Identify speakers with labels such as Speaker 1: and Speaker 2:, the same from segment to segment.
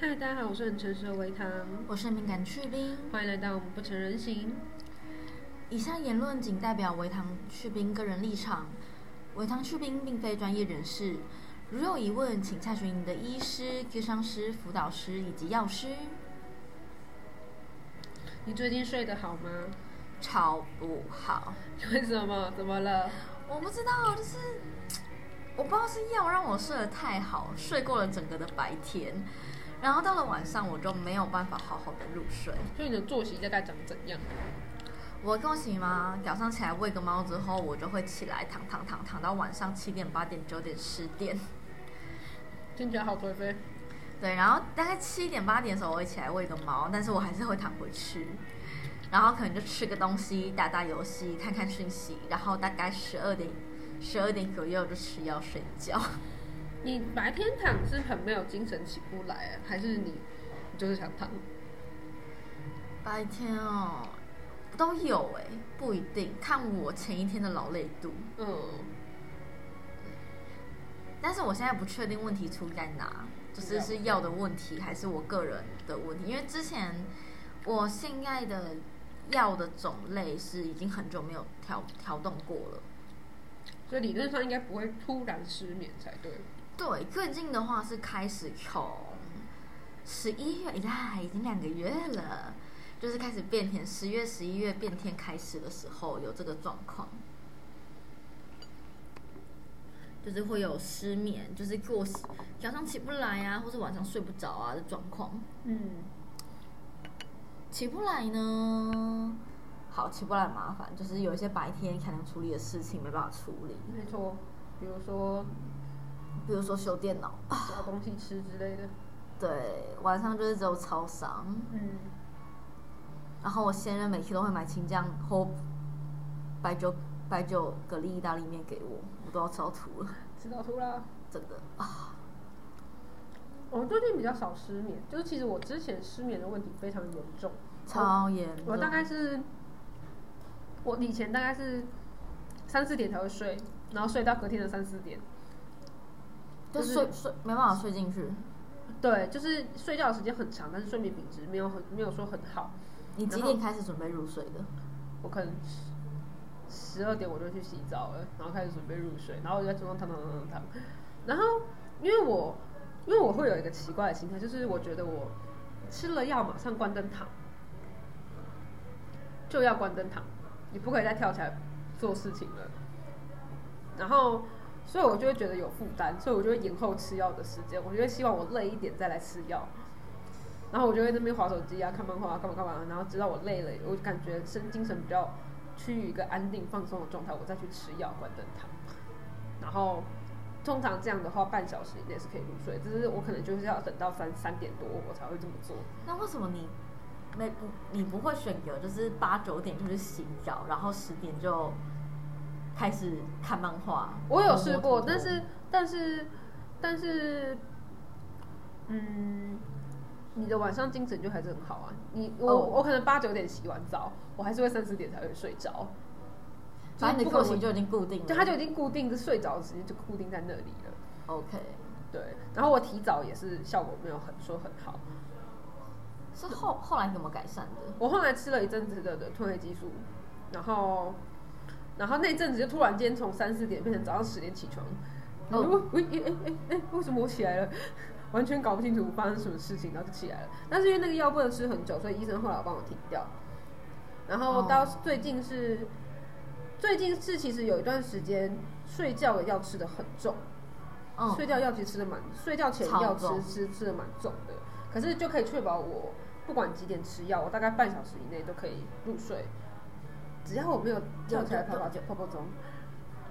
Speaker 1: 嗨，大家好，我是很诚实的维糖，
Speaker 2: 我是敏感去冰。
Speaker 1: 欢迎来到我们不成人形。
Speaker 2: 以下言论仅代表维唐去冰个人立场，维唐去冰并非专业人士。如有疑问，请洽询你的医师、咨商师、辅导师以及药师。
Speaker 1: 你最近睡得好吗？
Speaker 2: 超不好，
Speaker 1: 为什么？怎么了？
Speaker 2: 我不知道，就是我不知道是药让我睡得太好，睡过了整个的白天，然后到了晚上我就没有办法好好的入睡。
Speaker 1: 就你的作息大概长怎样？
Speaker 2: 我跟我洗妈早上起来喂个猫之后，我就会起来躺躺躺躺到晚上七点、八点、九点、十点。
Speaker 1: 听起来好颓废。
Speaker 2: 对，然后大概七点八点的时候，我会起来喂个猫，但是我还是会躺回去，然后可能就吃个东西、打打游戏、看看讯息，然后大概十二点十二点左右就吃药睡觉。
Speaker 1: 你白天躺是很没有精神起不来啊，还是你你就是想躺？
Speaker 2: 白天哦都有哎、不一定看我前一天的劳累度，
Speaker 1: 嗯，
Speaker 2: 但是我现在不确定问题出在哪，就是
Speaker 1: 了解
Speaker 2: 是药的问题还是我个人的问题，因为之前我现在的药的种类是已经很久没有调调动过了。
Speaker 1: 所以理论上应该不会突然失眠才对。
Speaker 2: 对，最近的话是开始从十一月，呀，已经两个月了，就是开始变天。十月、十一月变天开始的时候有这个状况，就是会有失眠，就是作息早上起不来啊，或是晚上睡不着啊的状况。
Speaker 1: 嗯，
Speaker 2: 起不来呢，好起不来麻烦，就是有一些白天才能处理的事情没办法处理，
Speaker 1: 没错。比如说
Speaker 2: 比如说修电脑，
Speaker 1: 找东西吃之类的。
Speaker 2: 对，晚上就是只有超商。
Speaker 1: 嗯，
Speaker 2: 然后我现任每次都会买青酱或白酒、白酒蛤蜊意大利面给我，我都要吃到吐了，
Speaker 1: 吃到吐啦。
Speaker 2: 真的啊！
Speaker 1: 我最近比较少失眠，就是其实我之前失眠的问题非常严重。
Speaker 2: 超严重。
Speaker 1: 我大概是，我以前大概是三四点才会睡，然后睡到隔天的三四点。
Speaker 2: 就
Speaker 1: 就是
Speaker 2: 睡睡没办法睡进去。
Speaker 1: 对，就是睡觉的时间很长，但是睡眠品质没有很没有说很好。
Speaker 2: 你几
Speaker 1: 然后
Speaker 2: 点开始准备入睡的？
Speaker 1: 我可能十二点我就去洗澡了，然后开始准备入睡，然后我就在床上躺躺躺躺躺。然后因为我因为我会有一个奇怪的心态，就是我觉得我吃了药马上关灯躺，就要关灯躺，你不可以再跳起来做事情了。然后。所以我就会觉得有负担，所以我就会延后吃药的时间。我就会希望我累一点再来吃药，然后我就会在那边划手机啊、看漫画啊、干嘛干嘛，然后直到我累了，我感觉身精神比较趋于一个安定放松的状态，我再去吃药关灯躺。然后通常这样的话，半小时以内是可以入睡，只是我可能就是要等到三三点多我才会这么做。
Speaker 2: 那为什么你没不你不会选择就是八九点就去洗澡，然后十点就开始看漫画？
Speaker 1: 我有试过，
Speaker 2: 摸摸头
Speaker 1: 但是但是但是，嗯，你的晚上精神就还是很好啊。你我、
Speaker 2: 哦
Speaker 1: 我可能八九点洗完澡，我还是会三四点才会睡着。
Speaker 2: 反正
Speaker 1: 就是
Speaker 2: 你的
Speaker 1: 不管
Speaker 2: 作
Speaker 1: 我
Speaker 2: 息就已经固定了，
Speaker 1: 就它就已经固定的睡着的时间就固定在那里了。
Speaker 2: OK。
Speaker 1: 对，然后我提早也是效果没有很说很好。
Speaker 2: 是后后来怎么改善的？
Speaker 1: 我后来吃了一阵子的的褪黑激素，然后然后那阵子就突然间从三四点变成早上十点起床，然后我诶诶诶诶，为什么我起来了？ 完全搞不清楚发生什么事情，然后就起来了。但是因为那个药不能吃很久，所以医生后来帮我停掉。然后到
Speaker 2: 哦
Speaker 1: 最近是、最近是其实有一段时间睡觉的药吃的很重，
Speaker 2: 嗯，
Speaker 1: 睡觉药其实吃的蛮，睡觉前
Speaker 2: 超
Speaker 1: 药吃
Speaker 2: 重
Speaker 1: 吃吃的蛮重的，可是就可以确保我不管几点吃药，我大概半小时以内都可以入睡，只要我没有跳起来跑跑跑跑钟，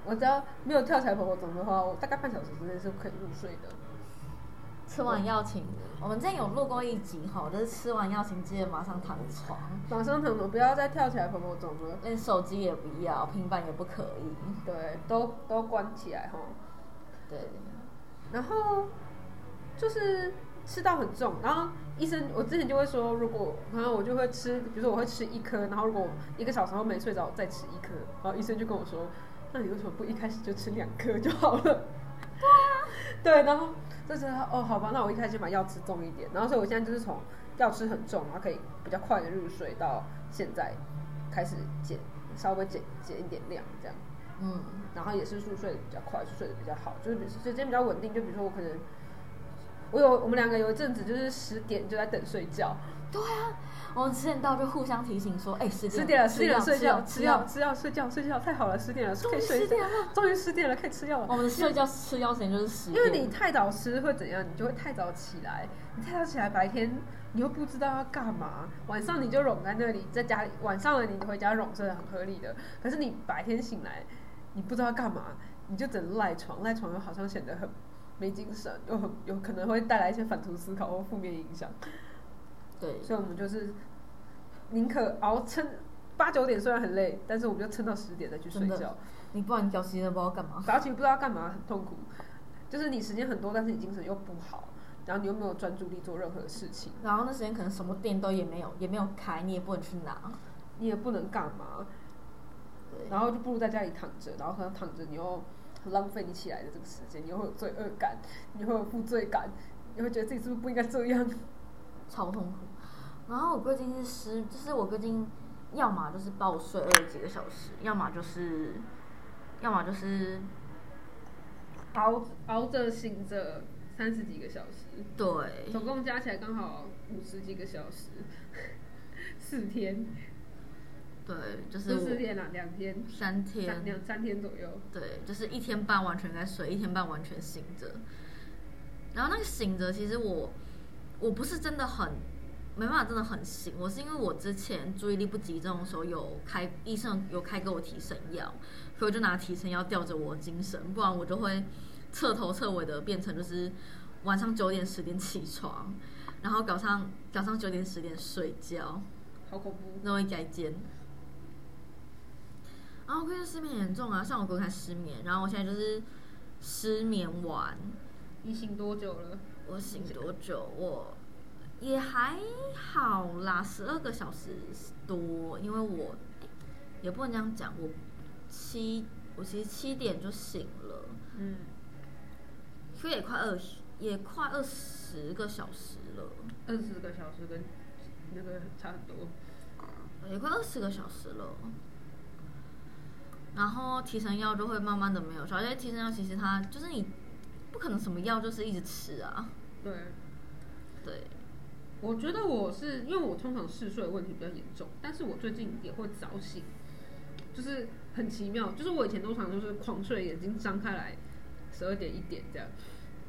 Speaker 1: 我只要没有跳起来跑跑钟的话，我大概半小时之内是可以入睡的。
Speaker 2: 吃完药请，我们之前有录过一集吼，就是吃完药请记得马上躺床，
Speaker 1: 马上躺着，不要再跳起来跑跑钟了，
Speaker 2: 连手机也不要，平板也不可以。
Speaker 1: 对，都都关起来哈。
Speaker 2: 对，
Speaker 1: 然后就是吃到很重，然后医生我之前就会说，如果然后我就会吃，比如说我会吃一颗，然后如果我一个小时后没睡着，我再吃一颗，然后医生就跟我说，那你为什么不一开始就吃两颗就好了？对啊，对，然后这时候哦，好吧，那我一开始就把药吃重一点，然后所以我现在就是从药吃很重，然后可以比较快的入睡，到现在开始减，稍微减减一点量这样，
Speaker 2: 嗯，
Speaker 1: 然后也是入睡的比较快，睡得比较好，就是比时间比较稳定。就比如说我可能，我有我们两个有一阵子就是十点就在等睡觉，
Speaker 2: 我们十点到就互相提醒说，哎、十点
Speaker 1: 十
Speaker 2: 十
Speaker 1: 点了，十点了睡觉，吃
Speaker 2: 吃
Speaker 1: 药
Speaker 2: 药，
Speaker 1: 吃药睡觉睡觉，太好了，十点了
Speaker 2: 终
Speaker 1: 可
Speaker 2: 于
Speaker 1: 以睡
Speaker 2: 十
Speaker 1: 觉，
Speaker 2: 点了，
Speaker 1: 终于十点了哦可以吃药了。
Speaker 2: 我们的睡觉吃药时间就是十
Speaker 1: 因
Speaker 2: 点，
Speaker 1: 为你太早吃会怎样？你就会太早起来，你太早起来，白天你又不知道要干嘛，晚上你就冗在那里，在家里晚上了你回家冗是很合理的。可是你白天醒来，你不知道干嘛，你就只能赖床，赖床又好像显得很没精神，又很有可能会带来一些反刍思考或负面影响。
Speaker 2: 对，
Speaker 1: 所以我们就是宁可熬撑八九点，虽然很累，但是我们就撑到十点再去睡
Speaker 2: 真的
Speaker 1: 觉。
Speaker 2: 你不然你早起都不知道干嘛，
Speaker 1: 早起不知道干嘛，很痛苦。就是你时间很多，但是你精神又不好，然后你又没有专注力做任何事情，
Speaker 2: 然后那时间可能什么店都也没有，也没有开，你也不能去拿，
Speaker 1: 你也不能干嘛，
Speaker 2: 对，
Speaker 1: 然后就不如在家里躺着，然后可能躺着你又很浪费你起来的这个时间，你又会有罪恶感，你会有负罪感，你会觉得自己是不是不应该这样？
Speaker 2: 超痛苦。然后我最近是失，就是我最近要么就是暴睡二十几个小时，要么就是，要么就是
Speaker 1: 熬熬着醒着三十几个小时，
Speaker 2: 对，
Speaker 1: 总共加起来刚好五十几个小时，四天，
Speaker 2: 对，就是
Speaker 1: 不是四
Speaker 2: 我
Speaker 1: 天啦，两天，
Speaker 2: 三天
Speaker 1: 三，两三天左右。
Speaker 2: 对，就是一天半完全在睡，一天半完全醒着。然后那个醒着，其实我我不是真的很没办法，真的很醒。我是因为我之前注意力不集中的时候，有开医生有开给我提神药，所以我就拿提神药吊着我的精神，不然我就会彻头彻尾的变成就是晚上九点十点起床，然后早上早上九点十点睡觉。
Speaker 1: 好恐怖！
Speaker 2: 那会改建。然后最近失眠很严重啊，上我国才失眠，然后我现在就是失眠完，
Speaker 1: 你醒多久了？
Speaker 2: 我醒多久？我也还好啦，十二个小时多，因为我、诶也不能这样讲，我七我其实七点就醒了，
Speaker 1: 嗯，
Speaker 2: 所以也快二十，也快二十个小时了。
Speaker 1: 二十个小时跟那个差很多。
Speaker 2: 也快二十个小时了。然后提神药就会慢慢的没有效，而且提神药其实它就是你不可能什么药就是一直吃啊，
Speaker 1: 对，
Speaker 2: 对，
Speaker 1: 我觉得我是因为我通常嗜睡的问题比较严重，但是我最近也会早醒，就是很奇妙，就是我以前通常就是狂睡，眼睛张开来十二点一点这样，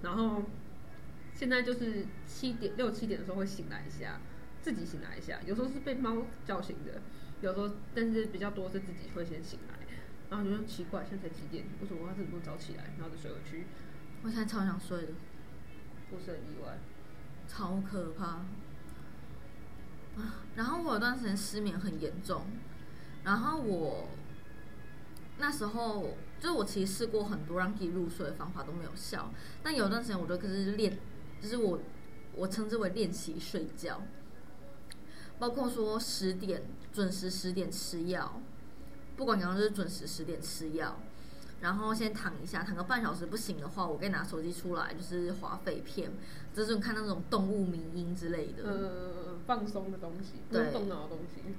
Speaker 1: 然后现在就是七点六七点的时候会醒来一下，自己醒来一下，有时候是被猫叫醒的，有时候但是比较多是自己会先醒来，然后就说奇怪，现在才几点，为什么我要这么早起来，然后就睡回去，
Speaker 2: 我现在超想睡的，
Speaker 1: 不是很意外。
Speaker 2: 超可怕。啊然后我有段时间失眠很严重，然后我那时候就是我其实试过很多让自己入睡的方法都没有效，但有段时间我就开始练，就是我我称之为练习睡觉，包括说十点准时十点吃药，不管怎样就是准时十点吃药，然后先躺一下，躺个半小时不行的话，我可以拿手机出来就是划废片，就是你看那种动物迷音之类的，
Speaker 1: 呃，放松的东西，不
Speaker 2: 对
Speaker 1: 用动脑的东西。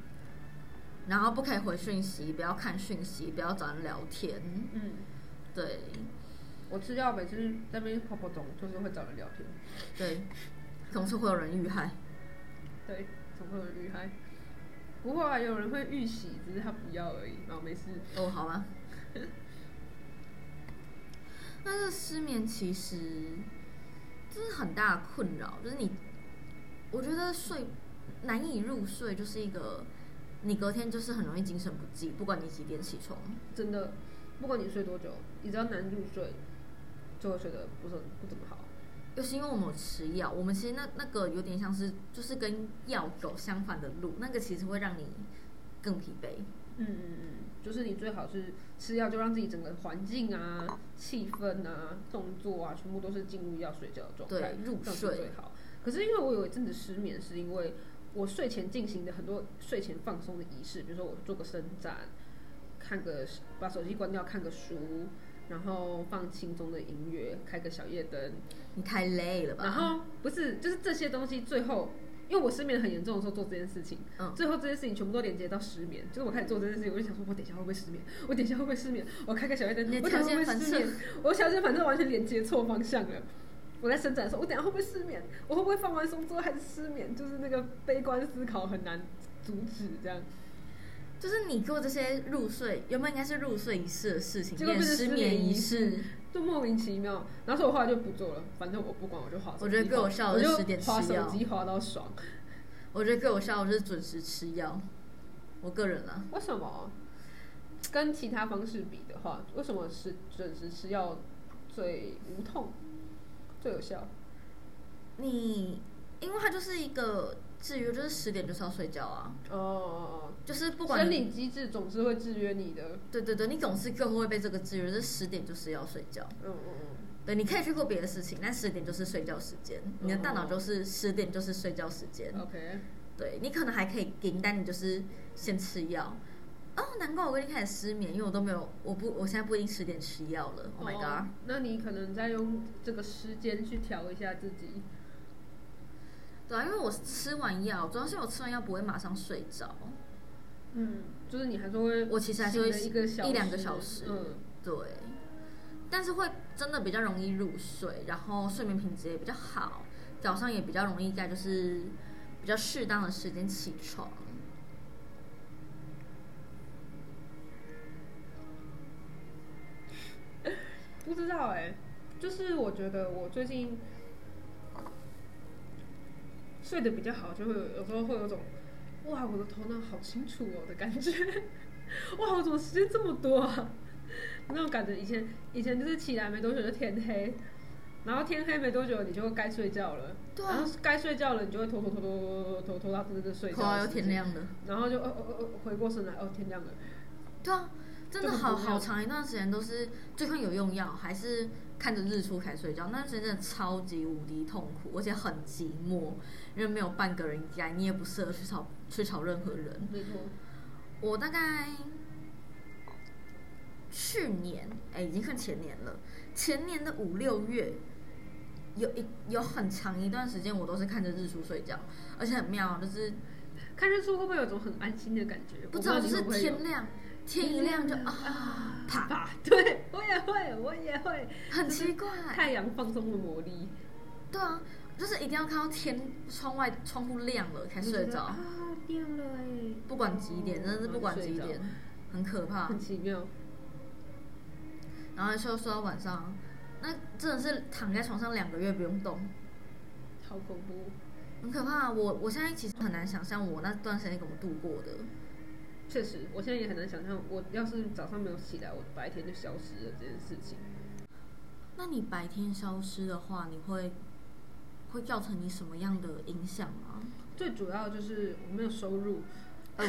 Speaker 2: 然后不可以回讯息，不要看讯息，不要找人聊天。
Speaker 1: 嗯，
Speaker 2: 对，
Speaker 1: 我吃药每次在那边泡泡钟，就是会找人聊天。
Speaker 2: 对，总是会有人遇害。
Speaker 1: 对，总会有人遇害。不会啊，有人会预习，只是他不要而已，然后没事。
Speaker 2: 哦，好吧。 但是失眠其实这是很大的困扰，就是你，我觉得睡难以入睡，就是一个你隔天就是很容易精神不济，不管你几点起床。
Speaker 1: 真的，不管你睡多久，你只要难入睡，就会睡得不是很不怎么好。
Speaker 2: 又是因为我们有吃药，我们其实那那个有点像是就是跟药走相反的路，那个其实会让你更疲惫。
Speaker 1: 嗯嗯嗯，就是你最好是吃药，就让自己整个环境啊、气氛啊、动作啊，全部都是进入要睡觉的状态，
Speaker 2: 对入
Speaker 1: 这样是
Speaker 2: 睡
Speaker 1: 最好。可是因为我有一阵子失眠，是因为我睡前进行的很多睡前放松的仪式，比如说我做个伸展，看个把手机关掉，看个书，然后放轻松的音乐，开个小夜灯，
Speaker 2: 你太累了吧？
Speaker 1: 然后不是就是这些东西，最后因为我失眠很严重的时候做这件事情，
Speaker 2: 嗯
Speaker 1: 最后这件事情全部都连接到失眠，就是我开始做这件事情，我就想说，我等一下会不会失眠？我等一下会不会失眠？ 我开个小夜灯，
Speaker 2: 你
Speaker 1: 我
Speaker 2: 的
Speaker 1: 等
Speaker 2: 条
Speaker 1: 一下会不会
Speaker 2: 件反
Speaker 1: 失眠
Speaker 2: 射？，
Speaker 1: 我条件反正完全连接错方向了。我在伸展的时候，我等一下会不会失眠？我会不会放完松之后还是失眠？就是那个悲观思考很难阻止这样。
Speaker 2: 就是你做这些入睡原本应该是入睡仪式的事情，
Speaker 1: 结果
Speaker 2: 变
Speaker 1: 变
Speaker 2: 成
Speaker 1: 成
Speaker 2: 失
Speaker 1: 失
Speaker 2: 眠
Speaker 1: 眠
Speaker 2: 仪
Speaker 1: 仪
Speaker 2: 式。
Speaker 1: 就莫名其妙，然后所以我后来就不做了，反正我不管，我就划手机。
Speaker 2: 我觉得更有效的
Speaker 1: 我
Speaker 2: 是
Speaker 1: 就
Speaker 2: 十点吃
Speaker 1: 划手
Speaker 2: 药
Speaker 1: 机划到爽。
Speaker 2: 我觉得最有效的是准时吃药，我个人啊，
Speaker 1: 为什么跟其他方式比的话，为什么是准时吃药最无痛、最有效？
Speaker 2: 你因为它就是一个制约，就是十点就是要睡觉啊，
Speaker 1: 哦，
Speaker 2: 就是不管
Speaker 1: 生
Speaker 2: 你
Speaker 1: 理机制总是会制约你的。
Speaker 2: 对对对，你总是更会被这个制约，这十点就是要睡觉。
Speaker 1: 嗯嗯嗯，
Speaker 2: 对，你可以去做别的事情，但十点就是睡觉时间。你的大脑
Speaker 1: 哦
Speaker 2: 就是十点就是睡觉时间。
Speaker 1: OK，
Speaker 2: 对你可能还可以顶，但你就是先吃药。哦，难怪我跟你开始失眠，因为我都没有，我不，我现在不一定十点吃药了。Oh my god！、
Speaker 1: 哦那你可能再用这个时间去调一下自己。
Speaker 2: 对啊，因为我吃完药，主要是我吃完药不会马上睡着。
Speaker 1: 嗯，就是你还是会，
Speaker 2: 我其实还是会
Speaker 1: 一个小时
Speaker 2: 一两个小时
Speaker 1: 嗯，
Speaker 2: 对，但是会真的比较容易入睡，然后睡眠品质也比较好，早上也比较容易在就是比较适当的时间起床。
Speaker 1: 不知道哎、就是我觉得我最近睡得比较好，就会有有时候会有种哇，我的头脑好清楚哦的感觉，哇，我怎么时间这么多啊？那种感觉，以前以前就是起来没多久就天黑，然后天黑没多久你就该睡觉了，
Speaker 2: 对
Speaker 1: 然
Speaker 2: 啊，
Speaker 1: 后该睡觉了你就会拖拖拖拖拖拖拖拖到真的睡
Speaker 2: 头
Speaker 1: 觉
Speaker 2: 啊有
Speaker 1: 的时
Speaker 2: 天
Speaker 1: 间，
Speaker 2: 亮的，
Speaker 1: 然后就哦哦哦回过神来哦天亮了，
Speaker 2: 对啊，真的
Speaker 1: 这个
Speaker 2: 好
Speaker 1: 不一
Speaker 2: 好
Speaker 1: 样
Speaker 2: 长一段时间都是，就算有用药，还是看着日出才睡觉，那段时间真的超级无敌痛苦，而且很寂寞，因为没有半个人在，你也不适合去吵去吵任何人。
Speaker 1: 没错，
Speaker 2: 我大概去年，哎、已经算前年了。前年的五六月，有一有很长一段时间，我都是看着日出睡觉，而且很妙，啊就是
Speaker 1: 看日出会不会有种很安心的感觉？
Speaker 2: 不
Speaker 1: 我
Speaker 2: 知道
Speaker 1: 你
Speaker 2: 就是
Speaker 1: 会不会有
Speaker 2: 天亮，天一亮就啊，啪，
Speaker 1: 吧，嗯 对我也会，我也会。
Speaker 2: 很奇怪，
Speaker 1: 太阳放松的魔力，
Speaker 2: 对啊，就是一定要看到天窗外窗户亮了
Speaker 1: 还
Speaker 2: 才睡得着
Speaker 1: 啊，，亮了哎，
Speaker 2: 不管几点，真的是不管
Speaker 1: 然
Speaker 2: 几
Speaker 1: 后就睡
Speaker 2: 点啊
Speaker 1: 着，
Speaker 2: 哦很可怕，
Speaker 1: 很奇妙。
Speaker 2: 然后说说到晚上，那真的是躺在床上两个月不用动，
Speaker 1: 好恐怖！
Speaker 2: 很可怕。啊我我现在其实很难想象我那段时间怎么度过的。
Speaker 1: 确实，我现在也很难想象，我要是早上没有起来，我白天就消失了这件事情。
Speaker 2: 那你白天消失的话，你会会造成你什么样的影响 吗？
Speaker 1: 最主要就是我没有收入，
Speaker 2: 哦，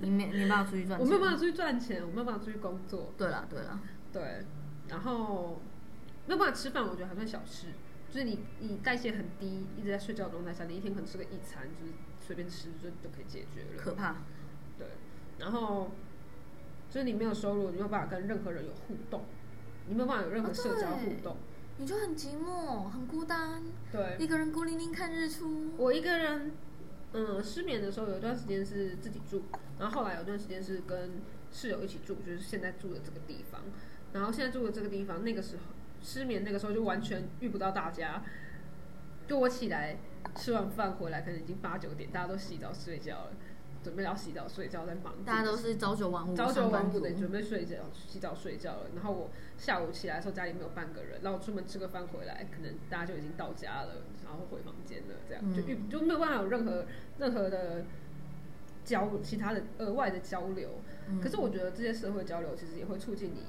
Speaker 2: 你没没办法出去赚
Speaker 1: 我
Speaker 2: 钱，
Speaker 1: 没有办法出去赚钱，我没有办法出去工作，
Speaker 2: 对啦对啦，
Speaker 1: 对，然后没有办法吃饭，我觉得还算小事。就是你你代谢很低，一直在睡觉的状态下，你一天可能吃个一餐，就是随便吃就就可以解决了。
Speaker 2: 可怕。
Speaker 1: 对，然后就是你没有收入，你没有办法跟任何人有互动，你没有办法有任何社交互动。
Speaker 2: 你就很寂寞，很孤单，
Speaker 1: 对
Speaker 2: 一个人孤零零看日出。
Speaker 1: 我一个人，嗯，失眠的时候有一段时间是自己住，然后后来有一段时间是跟室友一起住，就是现在住的这个地方。然后现在住的这个地方，那个时候失眠，那个时候就完全遇不到大家。就我起来吃完饭回来，可能已经八九点，大家都洗澡睡觉了，准备要洗澡睡觉，在忙自己的事情。
Speaker 2: 大家都是朝九晚五，
Speaker 1: 朝九
Speaker 2: 上班
Speaker 1: 晚五的
Speaker 2: 族
Speaker 1: 准备睡觉、洗澡、睡觉了。然后我下午起来的时候，家里没有半个人，然后我出门吃个饭回来，可能大家就已经到家了，然后回房间了，这样、就遇
Speaker 2: 嗯
Speaker 1: 就没有办法有任何任何的交其他的额外的交流。
Speaker 2: 嗯
Speaker 1: 可是我觉得这些社会交流其实也会促进你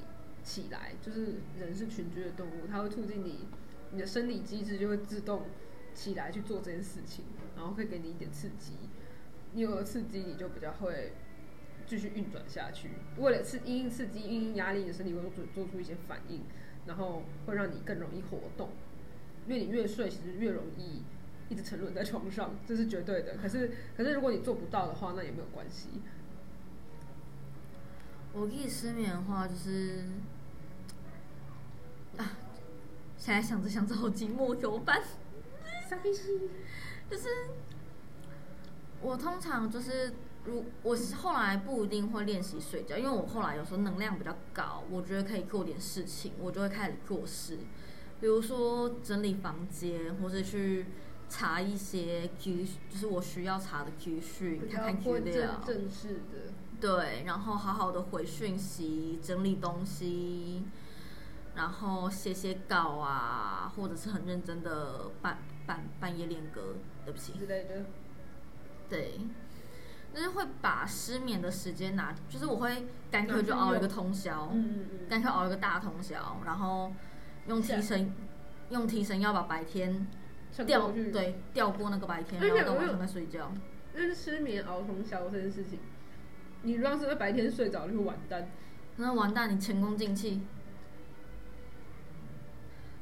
Speaker 1: 起来，就是人是群居的动物，它会促进你你的生理机制就会自动起来去做这件事情，然后会给你一点刺激，你有了刺激，你就比较会继续运转下去。为了刺因应刺激、因应压力，你的身体会做做出一些反应，然后会让你更容易活动。因为你越睡，其实越容易一直沉沦在床上，这是绝对的。可是，可是如果你做不到的话，那也没有关系。
Speaker 2: 我自己失眠的话，就是啊现在想着想着好寂寞，怎么办？
Speaker 1: 傻逼西，
Speaker 2: 就是我通常就是如我是后来不一定会练习睡觉，因为我后来有时候能量比较高，我觉得可以做点事情，我就会开始做事，比如说整理房间，或者去查一些居，就是我需要查的居讯，
Speaker 1: 比
Speaker 2: 看
Speaker 1: 较
Speaker 2: 看资
Speaker 1: 过
Speaker 2: 料
Speaker 1: 正，正式的，
Speaker 2: 对，然后好好的回讯息，整理东西，然后写写稿啊，或者是很认真的半半半夜练歌，对不起，
Speaker 1: 之类的，
Speaker 2: 对，就是会把失眠的时间拿，就是我会干
Speaker 1: 拿
Speaker 2: 脆
Speaker 1: 去
Speaker 2: 就熬一个
Speaker 1: 用
Speaker 2: 通宵，
Speaker 1: 嗯嗯嗯，
Speaker 2: 干脆熬一个大通宵，然后用提神，用提神药把白天
Speaker 1: 啊撑
Speaker 2: 调
Speaker 1: 过去，，
Speaker 2: 对调过那个白天，
Speaker 1: 而且
Speaker 2: 然后到
Speaker 1: 我
Speaker 2: 晚
Speaker 1: 有
Speaker 2: 上再睡觉。
Speaker 1: 但是失眠熬通宵这件事情，你如果是在白天睡着，就会完蛋。
Speaker 2: 那完蛋，你前功尽弃。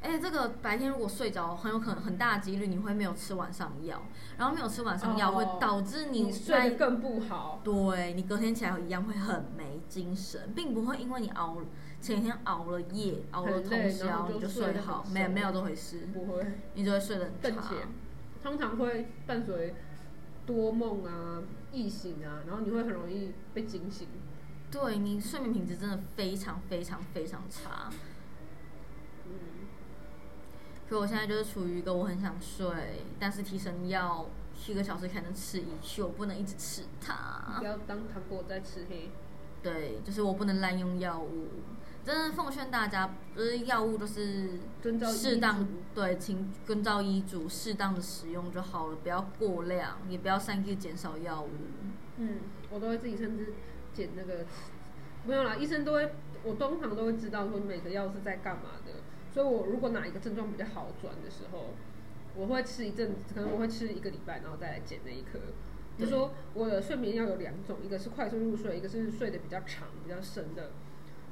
Speaker 2: 哎、这个白天如果睡着，很有可能很大的几率你会没有吃晚上药，然后没有吃晚上药会
Speaker 1: 哦
Speaker 2: 导致你
Speaker 1: 睡
Speaker 2: 在
Speaker 1: 得更不好，
Speaker 2: 对你隔天起来一样会很没精神，并不会因为你熬前一天熬了夜、熬了
Speaker 1: 很
Speaker 2: 通
Speaker 1: 累然
Speaker 2: 宵
Speaker 1: 后就
Speaker 2: 你就
Speaker 1: 睡
Speaker 2: 睡
Speaker 1: 得
Speaker 2: 好，
Speaker 1: 很
Speaker 2: 没有
Speaker 1: 熟
Speaker 2: 没有这回事，
Speaker 1: 不会。
Speaker 2: 你就会睡得很
Speaker 1: 更
Speaker 2: 差
Speaker 1: 浅。通常会伴随多梦啊、易醒啊，然后你会很容易被惊醒。
Speaker 2: 对你睡眠品质真的非常非常非常差，
Speaker 1: 嗯，
Speaker 2: 所以我现在就是处于一个我很想睡，但是提神药七个小时才能吃一去，我不能一直吃它
Speaker 1: 不。要当糖果在吃黑。
Speaker 2: 对，就是我不能滥用药物。真的奉劝大家，就是药物就是
Speaker 1: 遵照医
Speaker 2: 适当
Speaker 1: 嘱
Speaker 2: 对，请遵照医嘱，适当的使用就好了，不要过量，也不要擅自减少药物。
Speaker 1: 嗯，我都会自己甚至捡那个，没有啦，医生都会，我通常都会知道说每个药是在干嘛的，所以我如果哪一个症状比较好转的时候，我会吃一阵子，可能我会吃一个礼拜，然后再来减那一颗。就
Speaker 2: 对
Speaker 1: 说我的睡眠药有两种，一个是快速入睡，一个是睡得比较长、比较深的。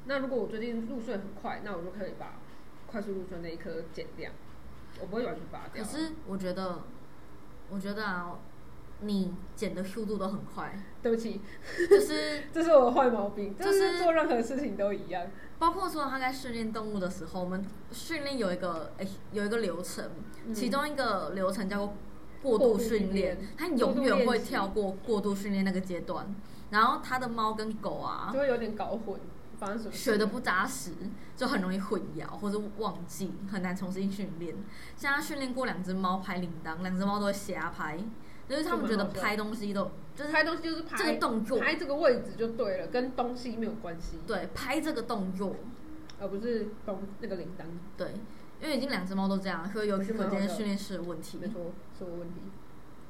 Speaker 1: 那如果我最近入睡很快，那我就可以把快速入睡那一颗减掉，我不会完全拔
Speaker 2: 可
Speaker 1: 掉。
Speaker 2: 是我觉得，我觉得啊，你减的速度都很快，
Speaker 1: 对不起，
Speaker 2: 就是
Speaker 1: 这是我的坏毛病，
Speaker 2: 就是
Speaker 1: 是做任何事情都一样。
Speaker 2: 包括说他在训练动物的时候，我们训练有一个诶、有一个流程，
Speaker 1: 嗯
Speaker 2: 其中一个流程叫做过度训练，它
Speaker 1: 过度训练
Speaker 2: 永远会跳过过度训练那个阶段，然后它的猫跟狗啊
Speaker 1: 就会有点搞混，发生什么事
Speaker 2: 学的不扎实，就很容易混淆或者忘记，很难重新训练。像他训练过两只猫拍铃铛，两只猫都会瞎拍，就是他们觉得拍东西都就是
Speaker 1: 拍东西就是拍
Speaker 2: 这个动作
Speaker 1: 拍这个位置就对了，跟东西没有关系，
Speaker 2: 对拍这个动作，
Speaker 1: 而不是东那个铃铛。
Speaker 2: 对，因为已经两只猫都这样，所以有可见训练师的问题
Speaker 1: 嗯没。错，是我问题。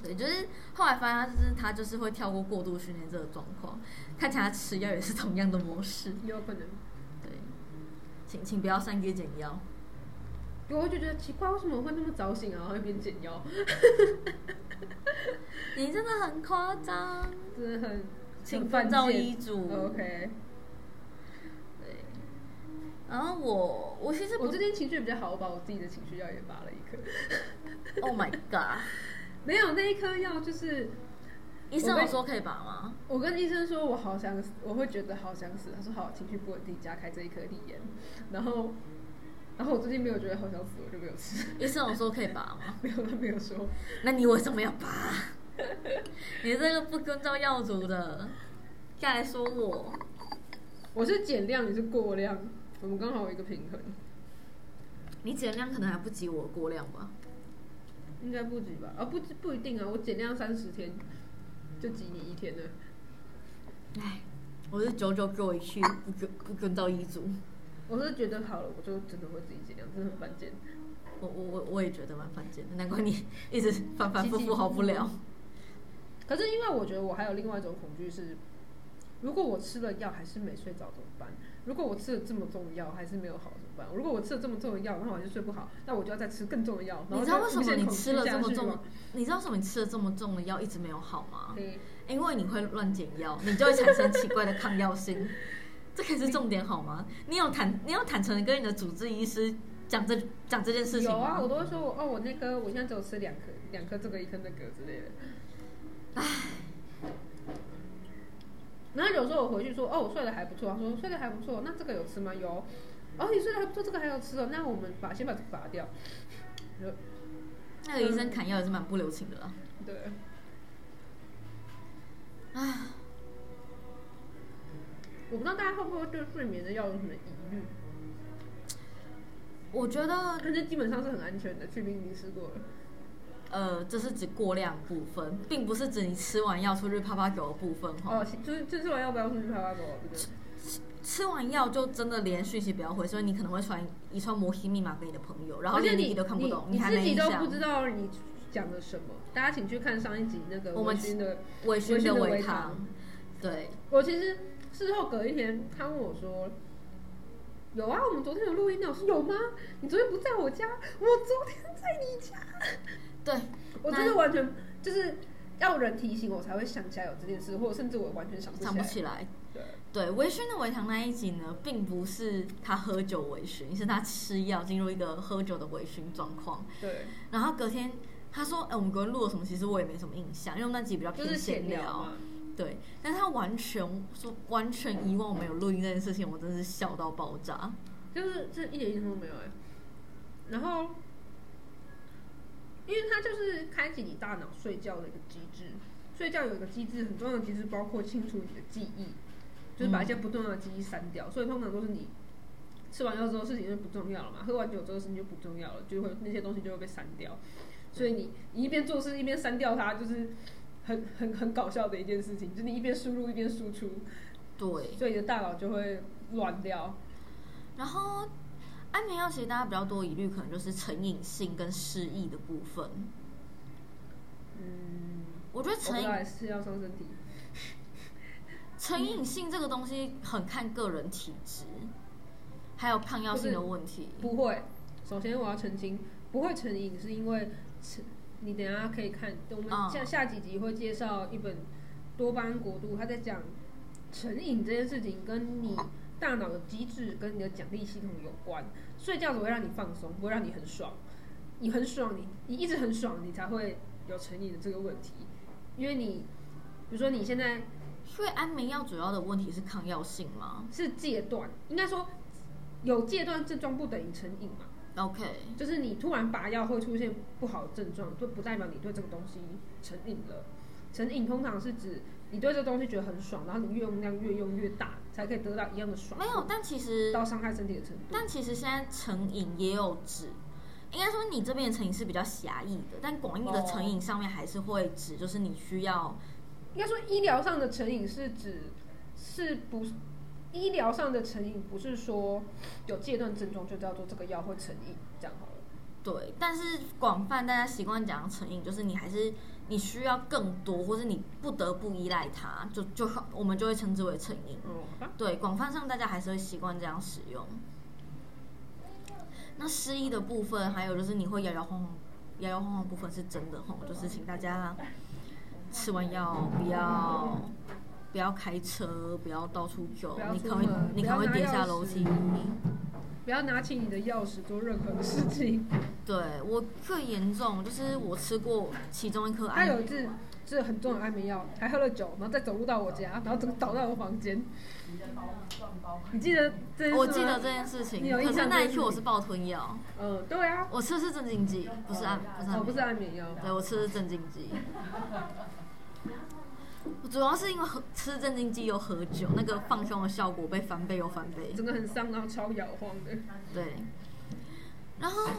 Speaker 2: 对，就是后来发现他就是他就是会跳过过度训练这个状况，
Speaker 1: 嗯
Speaker 2: 看起来他吃药也是同样的模式。
Speaker 1: 有可能，
Speaker 2: 对，请请不要擅自减药。
Speaker 1: 我会就觉得奇怪，为什么会那么早醒啊？然后一边减腰，
Speaker 2: 你真的很夸张，
Speaker 1: 真的很
Speaker 2: 请
Speaker 1: 很
Speaker 2: 遵
Speaker 1: 犯
Speaker 2: 照
Speaker 1: 贱哦
Speaker 2: 医嘱。
Speaker 1: OK，
Speaker 2: 对。然后我我其实不
Speaker 1: 我最近情绪比较好，我把我自己的情绪药也拔了一颗。
Speaker 2: ，Oh my god！
Speaker 1: 没有那一颗药，就是
Speaker 2: 医生
Speaker 1: 我被
Speaker 2: 有说可以拔吗？
Speaker 1: 我跟医生说我好想死，我会觉得好想死。他说好，情绪不稳定，加开这一颗利盐。然后，然后我最近没有觉得好想死，我就没有吃。
Speaker 2: 医生有说可以拔吗？
Speaker 1: 没有，他没有说。
Speaker 2: 那你为什么要 拔？你这个不遵照药嘱的，再来说我。
Speaker 1: 我是减量，你是过量，我们刚好有一个平衡，
Speaker 2: 你减量可能还不及我过量吧？
Speaker 1: 应该不止吧？啊，不不一定啊，我减量三十天，就挤你一天了。
Speaker 2: 唉，我是久久给我一去，不遵不遵照医嘱。
Speaker 1: 我是觉得好了，我就真的会自己减量，真的很犯贱。
Speaker 2: 我我我我也觉得蛮犯贱的，难怪你 一直反反复复好不了。
Speaker 1: 可是因为我觉得我还有另外一种恐惧是，如果我吃了药还是没睡着怎么办？如果我吃了这么重的药还是没有好怎么办？如果我吃了这么重的药，然后我还是睡不好，那我就要再吃更重的药。然
Speaker 2: 你
Speaker 1: 后
Speaker 2: 知道
Speaker 1: 就
Speaker 2: 为什么
Speaker 1: 无限
Speaker 2: 你
Speaker 1: 恐
Speaker 2: 吃
Speaker 1: 惧
Speaker 2: 了
Speaker 1: 下
Speaker 2: 这么
Speaker 1: 去
Speaker 2: 重
Speaker 1: 吗？？
Speaker 2: 你知道为什么你吃了这么重的药一直没有好吗？
Speaker 1: 对
Speaker 2: 因为你会乱减药，你就会产生奇怪的抗药性。 这才是重点好吗？你有坦你有坦诚的跟你的主治医师讲这讲这件事情
Speaker 1: 有
Speaker 2: 吗？
Speaker 1: 啊，我都会说我哦，我那颗我现在只有吃两颗，两颗这个一颗那个之类的。然后有时候我回去说哦，我睡得还不错，他说睡得还不错，那这个有吃吗？有。哦，你睡得还不错，这个还有吃哦，那我们把先把这个拔掉。就
Speaker 2: 那个医生砍药也是蛮不留情的啊啦。
Speaker 1: 对，
Speaker 2: 唉，
Speaker 1: 我不知道大家会不会对睡眠的药有什么疑虑，
Speaker 2: 我觉得
Speaker 1: 但是基本上是很安全的，去冰已经吃过了。
Speaker 2: 呃，这是指过量部分，并不是指你吃完药出去啪啪狗的部分哈。
Speaker 1: 哦，就是就是我要不要出去拍拍狗，对不对？
Speaker 2: 吃完药就真的连讯息不要回，所以你可能会传一串摩西密码给你的朋友，然后
Speaker 1: 而且
Speaker 2: 连
Speaker 1: 你
Speaker 2: 都看不懂，
Speaker 1: 你
Speaker 2: 还
Speaker 1: 自
Speaker 2: 没
Speaker 1: 己
Speaker 2: 印
Speaker 1: 都
Speaker 2: 象
Speaker 1: 不。知道你讲的什么。大家请去看上一集那个
Speaker 2: 我们
Speaker 1: 微醺的，
Speaker 2: 微醺的
Speaker 1: 微醺的
Speaker 2: 微
Speaker 1: 微
Speaker 2: 糖
Speaker 1: 糖，
Speaker 2: 对，
Speaker 1: 我其实事后隔一天，他问我说。有啊，我们昨天有录音的。我说有吗？你昨天不在我家，我昨天在你家。
Speaker 2: 对，
Speaker 1: 我真的完全就是要人提醒我才会想起来有这件事，或者甚至我完全想不起来。
Speaker 2: 想不起来。
Speaker 1: 对，
Speaker 2: 对，微醺的微糖那一集呢，并不是他喝酒微醺，是他吃药进入一个喝酒的微醺状况。
Speaker 1: 对，
Speaker 2: 然后隔天他说：“哎、我们隔天录了什么？”其实我也没什么印象，因为那集比较
Speaker 1: 就
Speaker 2: 偏
Speaker 1: 是
Speaker 2: 闲
Speaker 1: 闲
Speaker 2: 聊。
Speaker 1: 聊嘛。
Speaker 2: 对，但是他完全说完全遗忘我们有录音这件事情，我真是笑到爆炸。
Speaker 1: 就是这一点印象都没有哎、然后，因为它就是开启你大脑睡觉的一个机制，睡觉有一个机制很重要的机制，包括清除你的记忆，就是把一些不重要的记忆删掉。所以通常都是你吃完药之后事情就不重要了嘛，喝完酒之后事情就不重要了，就会那些东西就会被删掉。所以你你一边做事一边删掉它，就是很很很搞笑的一件事情，就是你一边输入一边输出，
Speaker 2: 对，
Speaker 1: 所以你的大脑就会乱掉。
Speaker 2: 然后安眠药其实大家比较多疑虑，可能就是成瘾性跟失忆的部分。
Speaker 1: 嗯。
Speaker 2: 我觉得
Speaker 1: 我不
Speaker 2: 成
Speaker 1: 知
Speaker 2: 瘾
Speaker 1: 道是要伤身体。
Speaker 2: 成瘾性这个东西很看个人体质，还有抗药性的问题。
Speaker 1: 不会，首先我要澄清，不会成瘾是因为成，你等一下可以看，我们
Speaker 2: 嗯
Speaker 1: 下、下几集会介绍一本多巴胺国度，他在讲成瘾这件事情跟你大脑的机制跟你的奖励系统有关。睡觉只会让你放松，不会让你很爽。你很爽，你你一直很爽，你才会有成瘾的这个问题，因为你。比如说，你现在
Speaker 2: 所以安眠药主要的问题是抗药性吗
Speaker 1: 是戒断，应该说有戒断症状不等于成瘾嘛？
Speaker 2: ？OK，
Speaker 1: 就是你突然拔药会出现不好的症状，就不代表你对这个东西成瘾了。成瘾通常是指你对这个东西觉得很爽，然后你越用量越用越大，才可以得到一样的爽，
Speaker 2: 没有，但其实
Speaker 1: 到伤害身体的程度。
Speaker 2: 但其实现在成瘾也有指，应该说你这边的成瘾是比较狭义的，但广义的
Speaker 1: 哦
Speaker 2: 成瘾上面还是会指，就是你需要
Speaker 1: 应该说医疗上的成瘾是指是不是医疗上的成瘾不是说有戒断症状就叫做这个药会成瘾，这样好了。
Speaker 2: 对，但是广泛大家习惯讲成瘾，就是你还是你需要更多，或是你不得不依赖它，就就我们就会称之为成瘾。
Speaker 1: 嗯，好吧。
Speaker 2: 对，广泛上大家还是会习惯这样使用。那失忆的部分，还有就是你会摇摇晃晃，摇摇晃晃部分是真的吼，就是请大家吃完药不要不要开车，不要到处走
Speaker 1: 不，要
Speaker 2: 你
Speaker 1: 出
Speaker 2: 可能会
Speaker 1: 门
Speaker 2: 你
Speaker 1: 不
Speaker 2: 可能会
Speaker 1: 要拿
Speaker 2: 跌下
Speaker 1: 钥
Speaker 2: 楼
Speaker 1: 匙
Speaker 2: 梯。
Speaker 1: 不要拿起你的钥匙做任何事情。
Speaker 2: 对我最严重就是我吃过其中一颗
Speaker 1: 他
Speaker 2: 安
Speaker 1: 有一次就是很重的安眠药，还喝了酒，然后再走路到我家，然后整个倒到我房间。你记得这件事吗
Speaker 2: 我记得这件事情
Speaker 1: 你，有印
Speaker 2: 可是
Speaker 1: 象
Speaker 2: 那
Speaker 1: 这
Speaker 2: 一
Speaker 1: 件事
Speaker 2: 次我是暴吞药，
Speaker 1: 嗯，对啊，
Speaker 2: 我吃的是镇静剂，不是安，不是安
Speaker 1: 哦，不
Speaker 2: 眠
Speaker 1: 是安眠药，
Speaker 2: 对我吃的是镇静剂， 我主要是因为喝吃镇静剂又喝酒，那个放松的效果被翻倍又翻倍。
Speaker 1: 整个很伤，然后超摇晃的。
Speaker 2: 嗯对，然后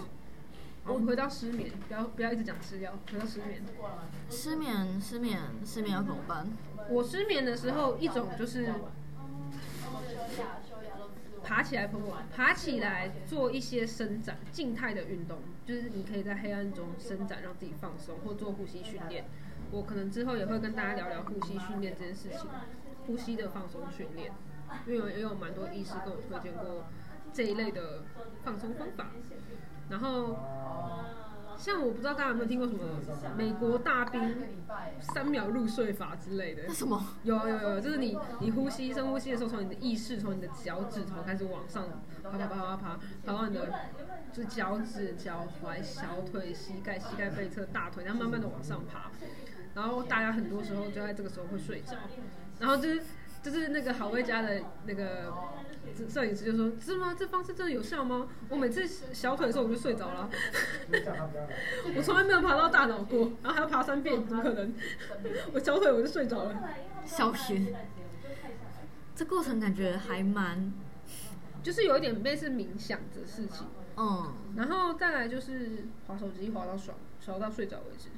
Speaker 1: 我们回到失眠，不要不要一直讲吃药，回到失眠。
Speaker 2: 失眠，失眠，失眠要怎么办？
Speaker 1: 我失眠的时候，一种就是爬起来，爬起来做一些伸展，静态的运动，就是你可以在黑暗中伸展，让自己放松，或做呼吸训练。我可能之后也会跟大家聊聊呼吸训练这件事情，呼吸的放松训练，因为有也有蛮多医师跟我推荐过这一类的放松方法。然后，像我不知道大家有没有听过什么美国大兵三秒入睡法之类的
Speaker 2: 那，什么？
Speaker 1: 有有有，就是你你呼吸深呼吸的时候，从你的意识，从你的脚趾头开始往上爬爬爬爬爬，爬到你的就脚趾、脚踝、小腿、膝盖、膝盖背侧、大腿，然后慢慢的往上爬。然后大家很多时候就在这个时候会睡着，然后就是就是那个好味家的那个摄摄影师就说：“是吗？这方式真的有效吗？我每次小腿的时候我就睡着了， 我从来没有爬到大脑过，然后还要爬三遍，怎么可能？ 我小腿我就睡着了。
Speaker 2: 小学，这过程感觉还蛮，
Speaker 1: 就是有一点类似冥想的事情。
Speaker 2: 嗯，
Speaker 1: 然后再来就是滑手机滑到爽，爽到睡着为止，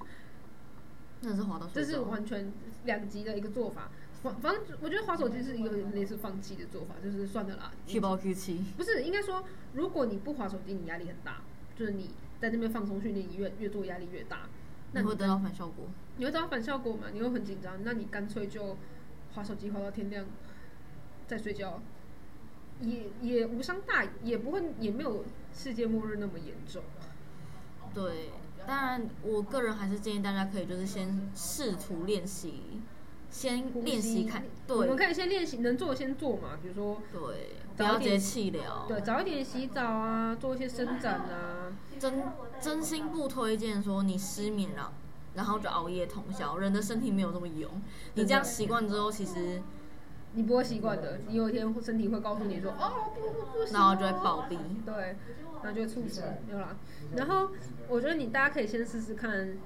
Speaker 2: 真的是滑到
Speaker 1: 这
Speaker 2: 睡
Speaker 1: 是
Speaker 2: 着。
Speaker 1: 完全两极的一个做法。反反正我觉得滑手机是一个类似放弃的做法，就是算了啦，
Speaker 2: 提包提气，
Speaker 1: 不是，应该说，如果你不划手机，你压力很大，就是你在那边放松训练，你越越做压力越大，那
Speaker 2: 你
Speaker 1: 你
Speaker 2: 会得到反效果。
Speaker 1: 你会得到反效果嘛？你会很紧张，那你干脆就划手机划到天亮再睡觉，也也无伤大，也不会也没有世界末日那么严重。啊
Speaker 2: 对，当然，我个人还是建议大家可以就是先试图练习，先
Speaker 1: 呼吸
Speaker 2: 练习看，
Speaker 1: 我们
Speaker 2: 对哦
Speaker 1: 可以先练习，能做先做嘛，比如说
Speaker 2: 对，不
Speaker 1: 早一
Speaker 2: 要直
Speaker 1: 点
Speaker 2: 接气疗。
Speaker 1: 对早一点洗澡啊，做一些伸展啊，
Speaker 2: 真真心不推荐说你失眠了，然后就熬夜通宵，人的身体没有这么勇。你这样习惯之后，其实
Speaker 1: 你不会习惯的，你有一天身体会告诉你说，哦，不不不行哦，
Speaker 2: 然后就会暴毙。
Speaker 1: 对，然后就促使没有啦。然后我觉得你大家可以先试试看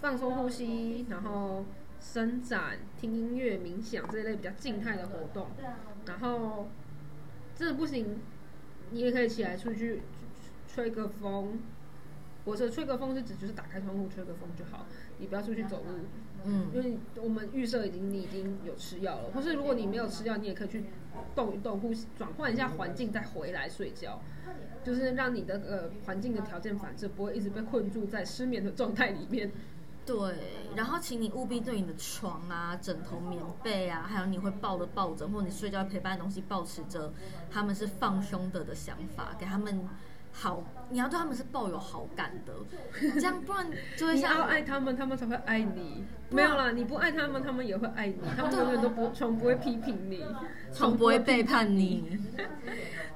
Speaker 1: 放松呼吸，然后伸展、听音乐、冥想这一类比较静态的活动。然后真的不行，你也可以起来出去吹个风。我说吹个风是指就是打开窗户吹个风就好，你不要出去走路。
Speaker 2: 嗯，
Speaker 1: 因为我们预设已经你已经有吃药了，或是如果你没有吃药，你也可以去动一动，呼吸转换一下环境，再回来睡觉，就是让你的呃环境的条件反射不会一直被困住在失眠的状态里面。
Speaker 2: 对。然后，请你务必对你的床啊、枕头、棉被啊，还有你会抱的抱枕，或者你睡觉陪伴的东西，保持着他们是放松的的想法，给他们好，你要对他们是抱有好感的，这样不然就会
Speaker 1: 你
Speaker 2: 像啊
Speaker 1: 要爱他们，他们才会爱你。没有啦，你不爱他们，他们也会爱你。他们永远都不从不会批评你，
Speaker 2: 从啊不会背叛你。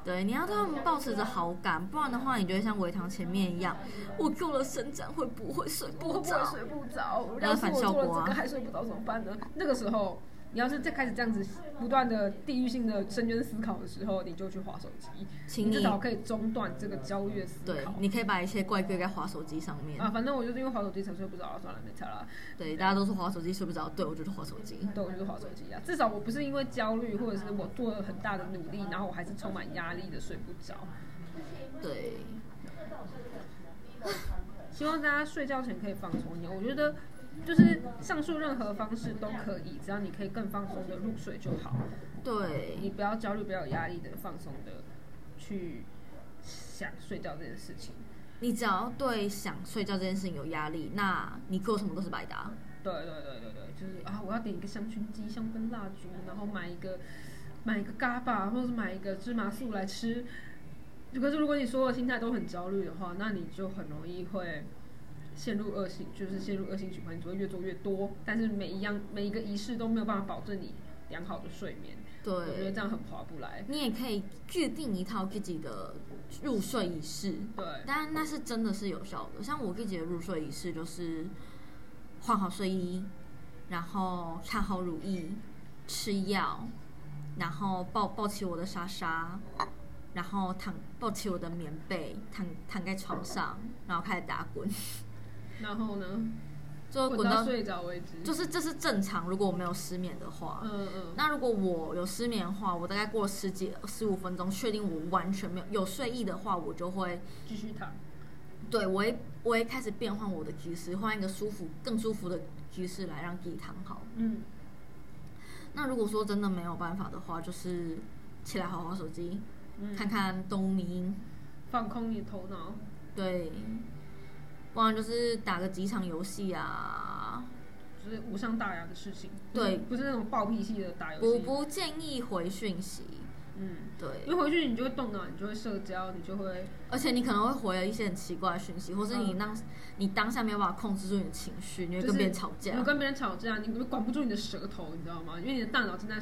Speaker 2: 对，你要对他们保持着好感，不然的话，你就会像维糖前面一样，我做了伸展会不会睡
Speaker 1: 我
Speaker 2: 不
Speaker 1: 会不会
Speaker 2: 着？
Speaker 1: 睡不着？
Speaker 2: 然
Speaker 1: 要
Speaker 2: 后
Speaker 1: 是
Speaker 2: 反
Speaker 1: 我
Speaker 2: 效
Speaker 1: 做
Speaker 2: 果啊
Speaker 1: 了这个还睡不着怎么办呢？那个时候，你要是再开始这样子不断的地域性的深渊思考的时候，你就去划手机，
Speaker 2: 请
Speaker 1: 你至
Speaker 2: 你
Speaker 1: 少可以中断这个焦虑的思
Speaker 2: 对
Speaker 1: 考，。
Speaker 2: 你可以把一切怪罪在滑手机上面
Speaker 1: 啊，。反正我就是因为划手机才睡不着，啊算了，没差啦。
Speaker 2: 对，大家都说滑手机睡不着，对我就是滑手机。
Speaker 1: 对，我就是划手机啊。至少我不是因为焦虑，或者是我做了很大的努力，然后我还是充满压力的睡不着。
Speaker 2: 对，
Speaker 1: 希望大家睡觉前可以放松一点。我觉得就是上述任何方式都可以，只要你可以更放松的入睡就好。你
Speaker 2: 对，
Speaker 1: 不要焦虑，不要有压力的，放松的去想睡觉这件事情。
Speaker 2: 你只要对想睡觉这件事情有压力，那你做什么都是白搭。
Speaker 1: 对对对对对，就是啊，我要点一个香薰机、香氛蜡烛，然后买一个买一个嘎巴，或者是买一个芝麻素来吃。可是如果你所有心态都很焦虑的话，那你就很容易会陷入恶性，就是陷入恶性循环，你只会越做越多。但是每一样每一个仪式都没有办法保证你良好的睡眠，我觉得
Speaker 2: 对
Speaker 1: 这，样很划不来。
Speaker 2: 你也可以制定一套自己的入睡仪式。
Speaker 1: 对，
Speaker 2: 当然那是真的是有效的。像我自己的入睡仪式就是换好睡衣，然后擦好乳液，吃药，然后抱抱起我的莎莎，然后躺抱起我的棉被，躺躺在床上，然后开始打滚，
Speaker 1: 然后呢，
Speaker 2: 就
Speaker 1: 滚
Speaker 2: 滚
Speaker 1: 到
Speaker 2: 到
Speaker 1: 睡着为止。
Speaker 2: 就是这是正常。如果我没有失眠的话，
Speaker 1: 嗯嗯，
Speaker 2: 那如果我有失眠的话，我大概过了十几十五分钟，确定我完全没有有睡意的话，我就会
Speaker 1: 继续躺。
Speaker 2: 对，我会我会开始变换我的姿势，换一个舒服、更舒服的姿势来让自己躺好。
Speaker 1: 嗯，
Speaker 2: 那如果说真的没有办法的话，就是起来好好手机，
Speaker 1: 嗯
Speaker 2: 看看动物迷音，
Speaker 1: 放空你的头脑。
Speaker 2: 对，不然就是打个几场游戏啊。
Speaker 1: 就是无伤大雅的事情，
Speaker 2: 对
Speaker 1: 不是那种暴脾气的打游
Speaker 2: 我
Speaker 1: 戏，
Speaker 2: 不建议回讯息，
Speaker 1: 嗯，因为
Speaker 2: 对，
Speaker 1: 回去你就会动脑，你就会社交，你就会，
Speaker 2: 而且你可能会回了一些很奇怪的讯息，或是你
Speaker 1: 嗯
Speaker 2: 当、你当下没有办法控制住你的情绪，你会
Speaker 1: 就是
Speaker 2: 跟别人吵
Speaker 1: 你
Speaker 2: 架。
Speaker 1: 会跟别人吵架，你管不住你的舌头，你知道吗？因为你的大脑正在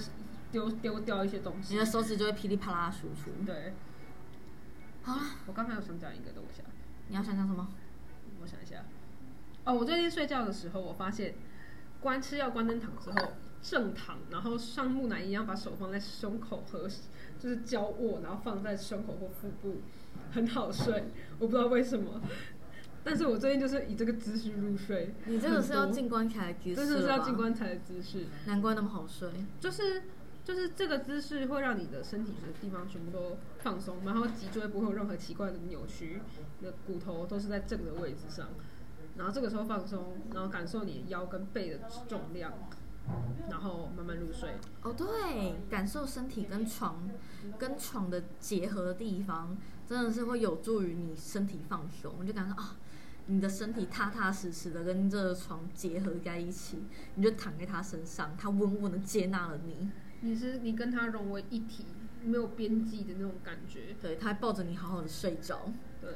Speaker 1: 丢丢掉一些东
Speaker 2: 你
Speaker 1: 西
Speaker 2: 的。手指就会噼里啪啦地输出。
Speaker 1: 对，
Speaker 2: 好了，
Speaker 1: 我刚才有想讲一个，啊等我一下，
Speaker 2: 你要想讲什么？
Speaker 1: 我想一下。哦，我最近睡觉的时候，我发现关吃药、关灯躺之后，正躺，然后像木乃伊一样把手放在胸口和就是交握，然后放在胸口或腹部，很好睡。我不知道为什么，但是我最近就是以这个姿势入睡。
Speaker 2: 你这个是要
Speaker 1: 很多
Speaker 2: 进棺材的姿势
Speaker 1: 这就是
Speaker 2: 了
Speaker 1: 要
Speaker 2: 吧
Speaker 1: 进，棺材的姿势，
Speaker 2: 难怪那么好睡。
Speaker 1: 就是就是这个姿势会让你的身体的地方全部都放松，然后脊椎不会有任何奇怪的扭曲，你的骨头都是在正的位置上，然后这个时候放松，然后感受你的腰跟背的重量，然后慢慢入睡。
Speaker 2: 哦，对，感受身体跟床跟床的结合的地方，真的是会有助于你身体放松，你就感觉到啊、你的身体踏踏实实的跟这个床结合在一起，你就躺在它身上，它稳稳的接纳了你，
Speaker 1: 你是你跟它融为一体，没有边际的那种感觉。
Speaker 2: 对，它还抱着你好好的睡着。
Speaker 1: 对，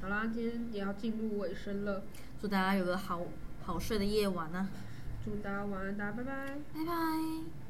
Speaker 1: 好啦，今天也要进入尾声了，
Speaker 2: 祝大家有个好好睡的夜晚啊，
Speaker 1: 祝大家晚安，大家拜拜。
Speaker 2: 拜拜。